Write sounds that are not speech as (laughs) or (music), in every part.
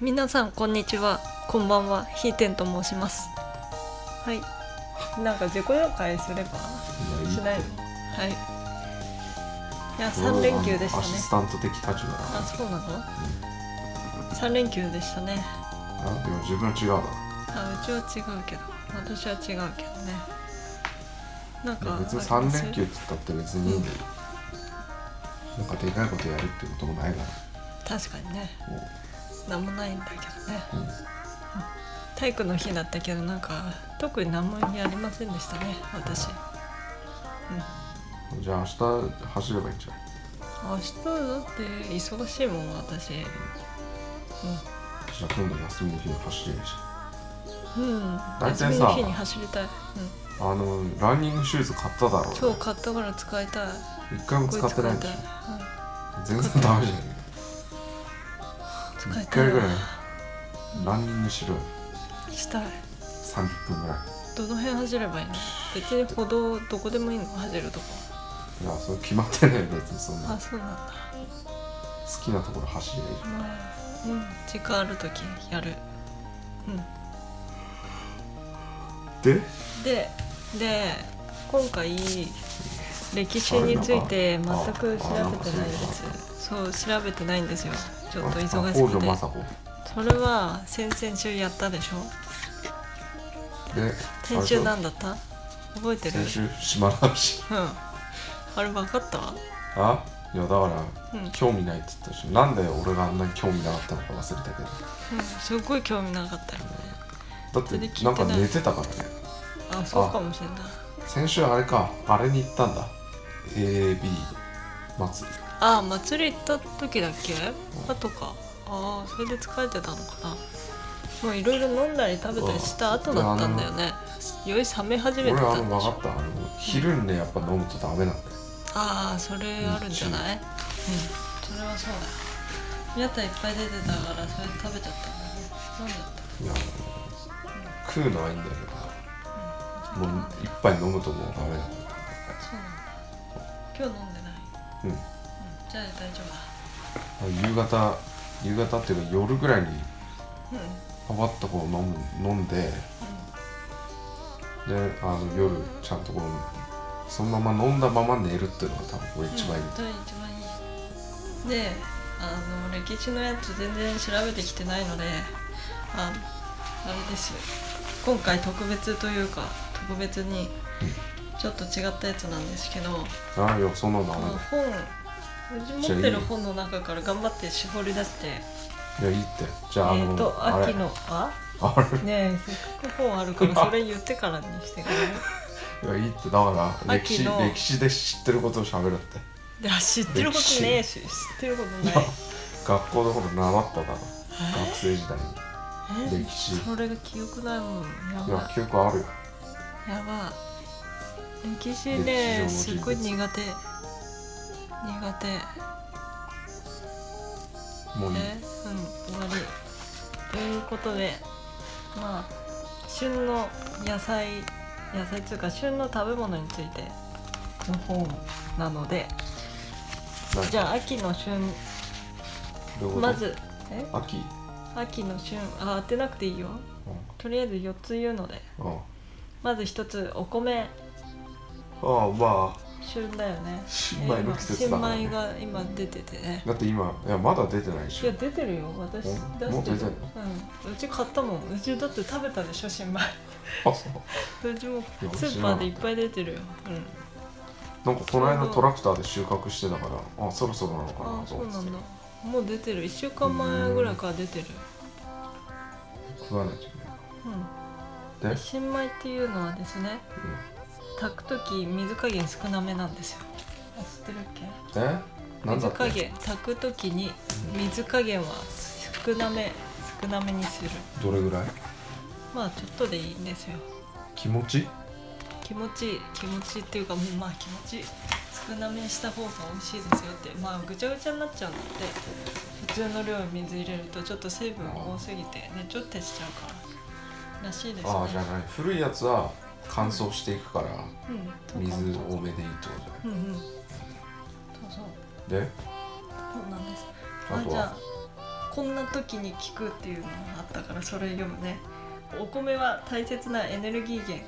皆さんこんにちはこんばんはひーてんと申しますはいなんか自己紹介すればいやしないいのはいいやど3連休でしたアシスねタント的立場だなあそうなの3連休でしたねあでも自分は違うだあうちは違うけど私は違うけどねなんか別にありま3す連休って言ったって別に、なんかでかいことやるってこともないだ確かにねろなんもないんだけどねう、うん、体育の日だったけどなんか特に何もやりませんでしたね私うんじゃあ明日走ればいいんじゃな明い日だって忙しいもん私じゃあ今度休みの日に走ればいいじうん、うん、大体休さみの日に走りたい、うん、ゃんあのランニングシューズ買っただろ今日買ったから使いたい一回も使ってないんでしょ全然ダメじゃん使いたい、うん、使いた一い回ぐらいわランニングしろよしたい30分ぐらいどの辺走ればいいの別に歩道どこでもいいの走るとこいやそれ決まってないよ別にそんなあ好そうなんだきなところ走ればいいじゃんまあうん時間ある時やるうんででで今回歴史について全く調べてないですそう調べてないんですよちょっと忙しあ北く条て政子それは先々週やったでしょで先週なんだった覚えてる先週島の話うんあれ分かったあいやだから、うん興味ないって言ったしなんで俺があんなに興味なかったのか忘れたけどうんすごい興味なかったよねそれだで聞っいててなないんか寝てたからねあそうかもしれない先週あれかあれに行ったんだ AB 祭りあ祭り行った時だっけあとかああそれで疲れてたのかなもういろいろ飲んだり食べたりした後だったんだよね酔い冷め始め俺てあたのん分でしょかったあの昼にねやっぱ飲むとダメなんだよああそれあるんじゃないうんそれはそうだよ屋台いっぱい出てたからそれで食べちゃったんだね飲んじゃったいや食うのはいいんだけどもう一杯飲むともうダメなんだよそうなんだ今日飲んでない、うんうん、じゃあ大丈夫あ夕方夕方っていうか夜ぐらいにだうんパパッとこう飲む飲んでであの夜ちゃんとこうそのまま飲んだまま寝るっていうのが多分これ一番いい、うんそれ一番いいであの歴史のやつ全然調べてきてないのでああれです今回特別というか特別にちょっと違ったやつなんですけど、ああいやそんなのダあメの本うち持ってる本の中から頑張って絞り出してだいやいいってじゃああえの、っとあれ秋のあ (laughs) あねえせっかく本あるからそれ言ってからにしてく (laughs) れるれいやいいってだから歴史秋の歴史で知ってることを喋るってであ知ってることねえし知ってることないいや学校のこと習っただろえ学生時代にえ歴史それが記憶ないもんやいばや記憶あるよいやばい歴史ね歴す史上の人物っごい苦手苦手もういいえうん終わりということでまあ旬の野菜野菜つうか旬の食べ物についての本なのでなんかじゃあ秋の旬どういうことまずえ秋秋の旬あ当てなくていいよとりあえず4つ言うのでうんうんあまず1つお米あまあ旬だよね新米の季節だから、えー今新米ね、が今出ててねだって今いやまだ出てないでしいょや出てるよ私出してえるもう出てるうんうち買ったもんうちだって食べたでしょ新米あそううちもいやスーパーでいっぱい出てるようんなんかこの間トラクターで収穫してたからあそろそろなのかあなあとそう思ってなてんだもう出てる1週間前ぐらいから出てる食わないといけうないんで、新米っていうのはですね炊く時水加減少なめなんですよあ知ってるっけうん、えなん水だって加減炊く時に水加減は少なめ少なめにするどれぐらいまあちょっとでいいんですよ気持ち気持ちいい気持ちいいっていうかもうまあ気持ちいい少なめにした方が美味しいですよってまあぐちゃぐちゃになっちゃうので普通の量に水入れるとちょっと水分多すぎてねちょっとしちゃうかららしいですねああじゃない古いやつは乾燥していくからうん水そうか多めでいいってことじゃなうんうんそうそういでそうなんですああとじゃはあこんな時に効くっていうのがあったからそれ読むねお米は大切なエネルギー源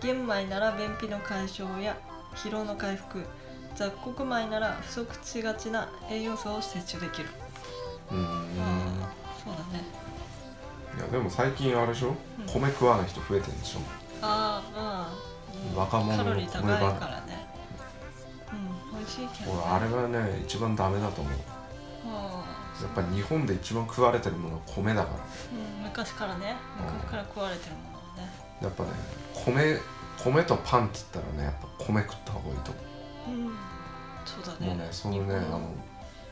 玄米なら便秘の解消や疲労の回復雑穀米なら不足しがちな栄養素を摂取できるうんああそうだねいやでも最近あれでしょ、ん米食わない人増えてるでしょああまあ若者のカロリー高い米ばっからねうん美味しいけどね俺あれはね一番ダメだと思うやああっぱり日本で一番食われてるものは米だからうん、昔からねうん昔から食われてるものはねやっぱね米米とパンっつったらねやっぱ米食った方がいいと思うんそうだう、ねもうねそのねあの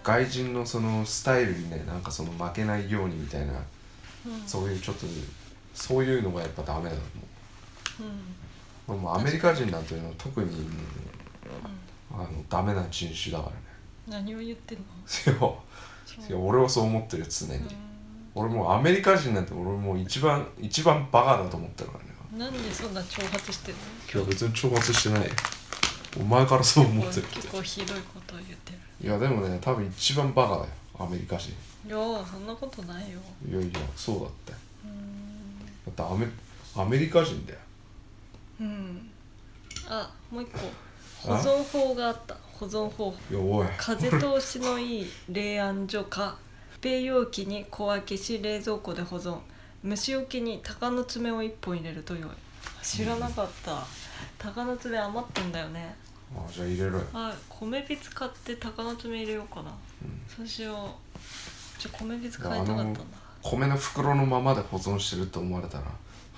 外人のそのスタイルにねなんかその負けないようにみたいなうんそういうちょっとそういうのがやっぱダメだとうん思うもうアメリカ人なんていうのは特にもうんうあのダメな人種だからね何を言ってんの (laughs) いや俺はそう思ってる常に、う俺もうアメリカ人なんて俺もう一番一番バカだと思ってるからねんなんでそんな挑発してんのいや別に挑発してないよお前からそう思ってるって結構ひどいことを言ってるいやでもね多分一番バカだよアメリカ人いやそんなことないよいやいやそうだってうんだってアメアメリカ人だようんあもう一個保あ存法があった保存方法いやおい風通しのいい冷暗所か米容器に小分けし冷蔵庫で保存虫置きに鷹の爪を1本入れると良い知らなかった鷹の爪余ってんだよねあじゃあ入れろよあ米びつ買って鷹の爪入れようかなうんそうしようじゃあ米びつ買いたかったんだ米の袋のままで保存してると思われたら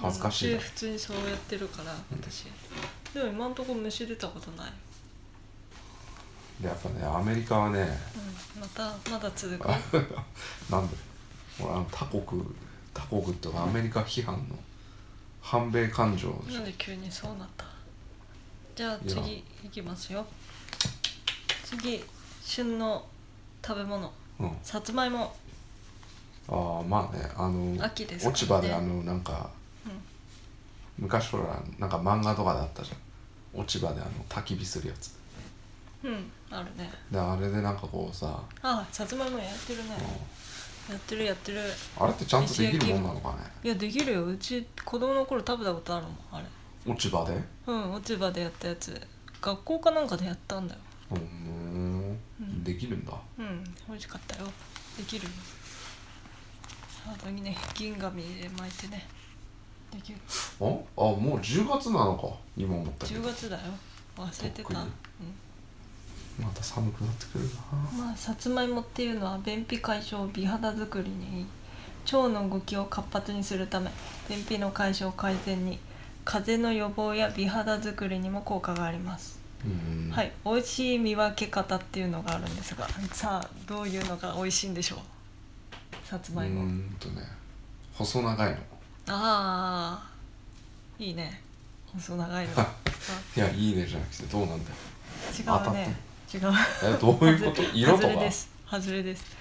恥ずかしいだうち普通にそうやってるから私、でも今んとこ虫出たことないろやっぱねアメリカはねうんまたまだ続くあなんで俺あの他国他国とかアメリカ批判の反米感情でしょなんで急にそうなったじゃあ次いきますよ次旬の食べ物うんさつまいもああまあねあの秋ですからね落ち葉であのなんか、うん昔ほらなんか漫画とかであったじゃん落ち葉であの焚き火するやつうんあるねであれでなんかこうさ、あさつまいもやってるねやってるやってるあれってちゃんとできるもんなのかねいやできるようち子供の頃食べたことあるもんあれ落ち葉でうん落ち葉でやったやつ学校かなんかでやったんだようーんうんできるんだうん美味しかったよできるよあとにね銀紙で巻いてねできるああもう10月なのか今思ったけ10ど月だよ忘れてた、とっうんくにまた寒くなってくるなまあさつまいもっていうのは便秘解消美肌作りにいい腸の動きを活発にするため便秘の解消改善に風邪の予防や美肌作りにも効果があります、うーんはい美味しい見分け方っていうのがあるんですがさあどういうのが美味しいんでしょうさつうーまいも、んとね細長いのああいいね細長いのあいやいいねじゃなくてどうなんだよ違当たうっね違うえどういうこ外とれ色と外れかです外れです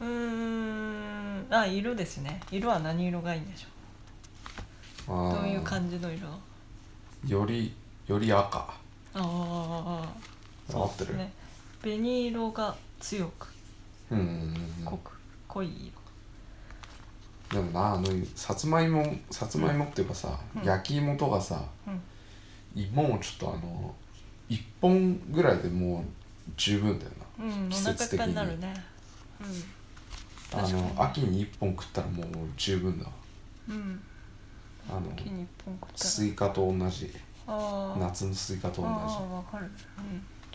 うーんあ色ですね色は何色がいいんでしょあうーどういう感じの色あよりより赤あ合ってる、ね紅色が強くうーん濃く濃い色でもなあのさつまいもさつまいもっていうかさ、うん焼き芋とかさうん芋をちょっとあの1本ぐらいでもう十分だようんお季腹い節っ的ぱいにになるねなあ確かにの秋に1本食ったらもう十分だわうんうんあの木に一本食ったスらイカと同じあー夏のスイカと同ああわかる、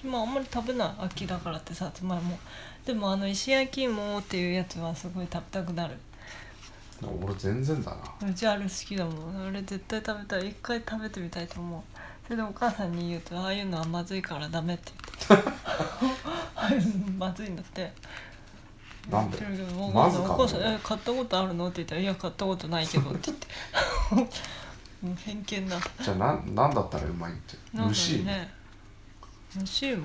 うん、まああんまり食べない秋だからってさつまいもでもあの石焼き芋っていうやつはすごい食べたくなるじ俺全然だなうちある好きだもん俺絶対食べたい一回食べてみたいと思うそれでお母さんに言うとああいうのはまずいからダメって言ってまずいんだってなんでそれおま母ずさんかお母さんえ買ったことあるの?」って言ったら「いや買ったことないけど」って言ってもう偏見だじゃあなんなんだったらうまいってなんだ蒸ろしう芋ね蒸し芋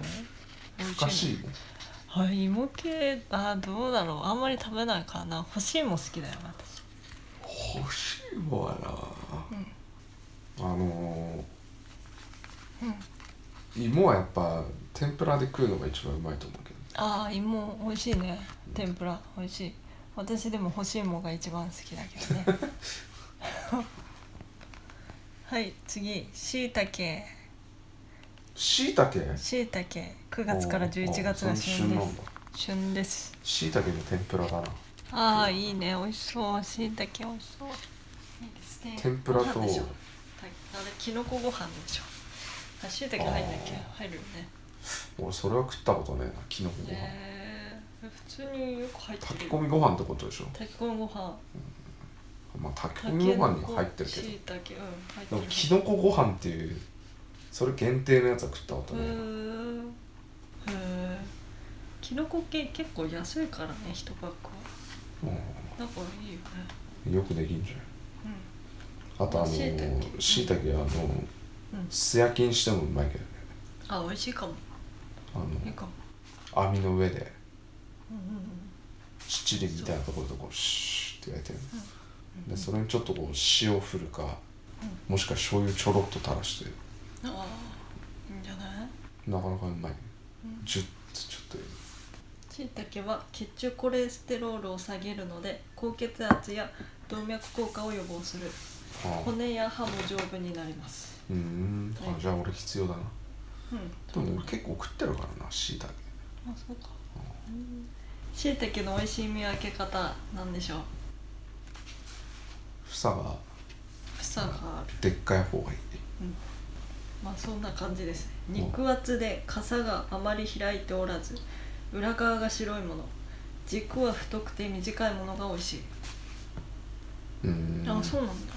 美味ふかいしの芋あ芋系あどうだろうあんまり食べないからな干し芋好きだよ私欲しいもはな、あのー芋はやっぱ天ぷらで食うのが一番うまいと思うけどああ芋美味しいね天ぷら美味しい私でも欲しいもが一番好きだけどね (laughs) はい次しいたけしいたけ9しいたけ9月から11月が旬です旬ですしいたけの天ぷらだなああいいね美味しそうしいたけ美味しそういいですね天ぷらとご飯でしょはいあれきのこご飯でしょあしいたけ入んだっけ入るよね俺それは食ったことねえなきのこご飯、えー、普通によく入って炊きる込みご飯ってことでしょ炊き込みご飯まあ炊き込みご飯に入ってるけどしいたけうん入ってでるもきのこご飯っていうそれ限定のやつは食ったことうねえなーんへえきのこ系結構安いからね一パックはだからいいよねうんよくできんじゃんあとあの椎茸しいたけあうのん、うん、素焼きにしてもうまいけどねあ美味しいかもいいあかもの網の上でうんうんうん七輪みたいなところでこうシーって焼いてるうんでそれにちょっとこう塩を振るかもしくは醤油ちょろっと垂らしてああいいんじゃないなかなかうまいうんジュッてちょっしいたけは血中コレステロールを下げるので高血圧や動脈硬化を予防するとああ骨や歯も丈夫になりますうーんあじゃあ俺必要だなうんでも俺結構食ってるからなしいたけあそうかしいたけの美味しい見分け方なんでしょう房が房があるでっかい方がいいまあそんな感じですね肉厚で傘があまり開いておらず裏側が白いもの軸は太くて短いものが美味しい、うーんあそうなんだ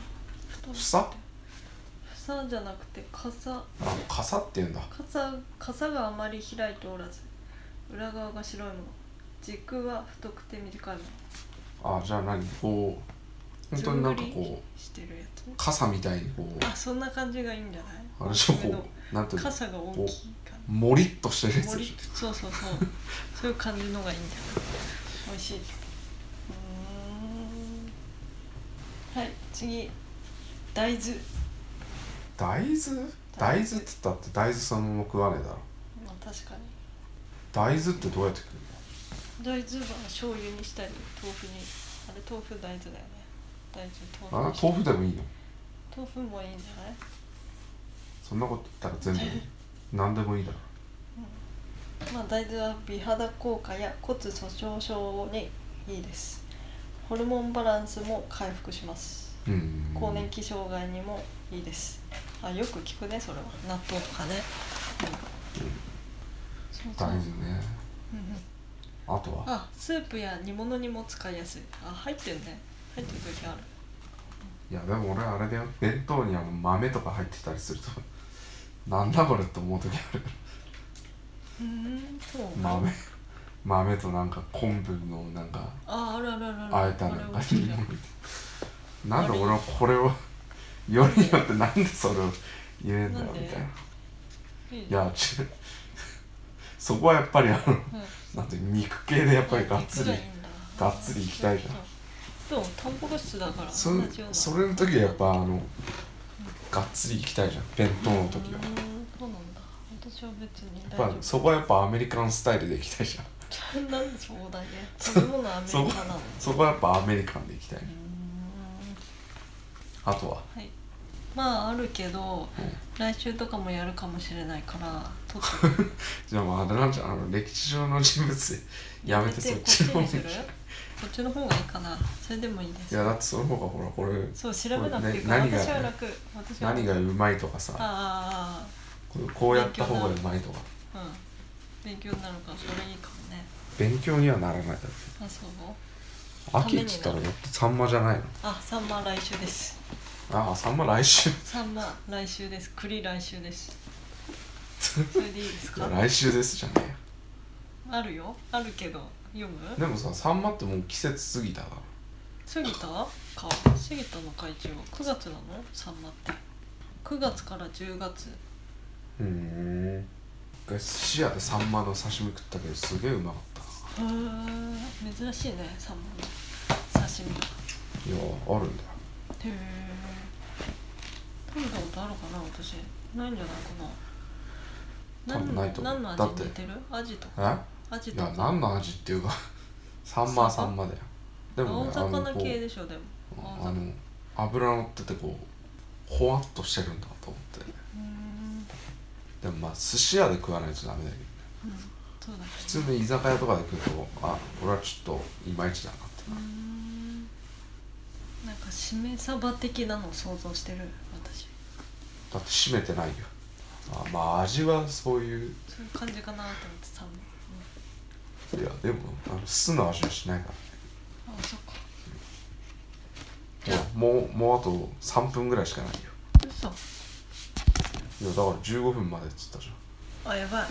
太い房房じゃなくて傘あ傘って言うんだ傘傘があまり開いておらず裏側が白いもの軸は太くて短いものあじゃあ何こう本当になんかずんぐこりしてるやつねう傘みたいにこあうそんな感じがいいんじゃないあれでしょ上このうなんていうの傘が大きい感もりっとしてるやじつ森でしょそうそうそうそういう感じのがいいんじゃない美味しいうーんはい次大豆大豆大豆っつったって大豆そのまま食わねえだろまあ確かに大豆ってどうやって食うの大豆は醤油にしたり豆腐にあれ豆腐大豆だよね大豆豆あ腐に豆腐でもいいよ豆腐もいいんじゃないそんなこと言 (laughs) ったら全部いい何でもいいだろまあ、大豆は美肌効果や骨粗しょう症にいいですホルモンバランスも回復しますうん更年期障害にもいいですあよく聞くねそれは納豆とかね、うんそうそう大うん豆うんねあとはあスープや煮物にも使いやすいあ入ってるね入ってる時あるいやでも俺あれだよ弁当にあの豆とか入ってたりするとなんだこれって思う時あるうーんそう豆豆となんか昆布のなんかああるあるあるあるあえたなあれん美か味しいじゃん (laughs) なんで俺はこれをよりによってなんでそれを言えんだよなんでみたいないいじゃんやちゅそこはやっぱりあのうんなんて肉系でやっぱりがっつあり肉がいいんだがっつりいきたいじゃんでもタンパク質だからそ同じようなそれの時はやっぱあのがっつり行きたいじゃん弁当の時はうーんそうなんだ私は別にやっ大ぱ丈夫そこはやっぱアメリカンスタイルで行きたいじゃ (laughs) んなんでそうだね食べ物はアメリカそこなのうそこはやっぱアメリカンで行きたいーんあとははいまああるけどうん来週とかもやるかもしれない (laughs) から取っとくじゃあまああれなんじゃんあの歴史上の人物でやめてそっこっちちの方ににするこっちの方がいいかなそれでもいいでいすやだってその方がほらこれそう調べなくていいこかれらね何が私は楽私は楽何がうまいとかさあこうこうやった方がうまいとかあああうん勉強になるからそれいいかもね勉強にはならないだろあそう秋っつったらだってサンマじゃないのあサンマ来週ですああサンマ来 (laughs) 週サンマ来週です栗来週 (laughs) ですそれでいいですいやか来週ですじゃねえよあるよあるけど読むでもさサンマってもう季節過ぎたから過ぎたか過ぎたの会長9月なのサンマって9月から10月うん一回寿司屋でサンマの刺身食ったけどすげえうまかったへえ珍しいねサンマの刺身がないやあるんだよへえ食べたことあるかな私ないんじゃないかな多分ないと思う何のだ何のっ味て似てるアジとかえアジいとやか (laughs) 何の味っていうかサンマはササンンママだよでもね青あの魚こ系うでしょでも青魚あの油乗っててこうほわっとしてるんだと思ってうーんでもまあ寿司屋で食わないとダメだけどねそうだ普通の居酒屋とかで食うとあ俺はちょっといまいちだなってうーんなんかしめ鯖的なのを想像してる私だって閉めてないよあまあ味はそういうそういう感じかなと思ってサバ、いやでもあの酢の味はしないからねうん、あそっかいやもうもうあと3分ぐらいしかないよ嘘いやだから15分までっつったじゃんあやばい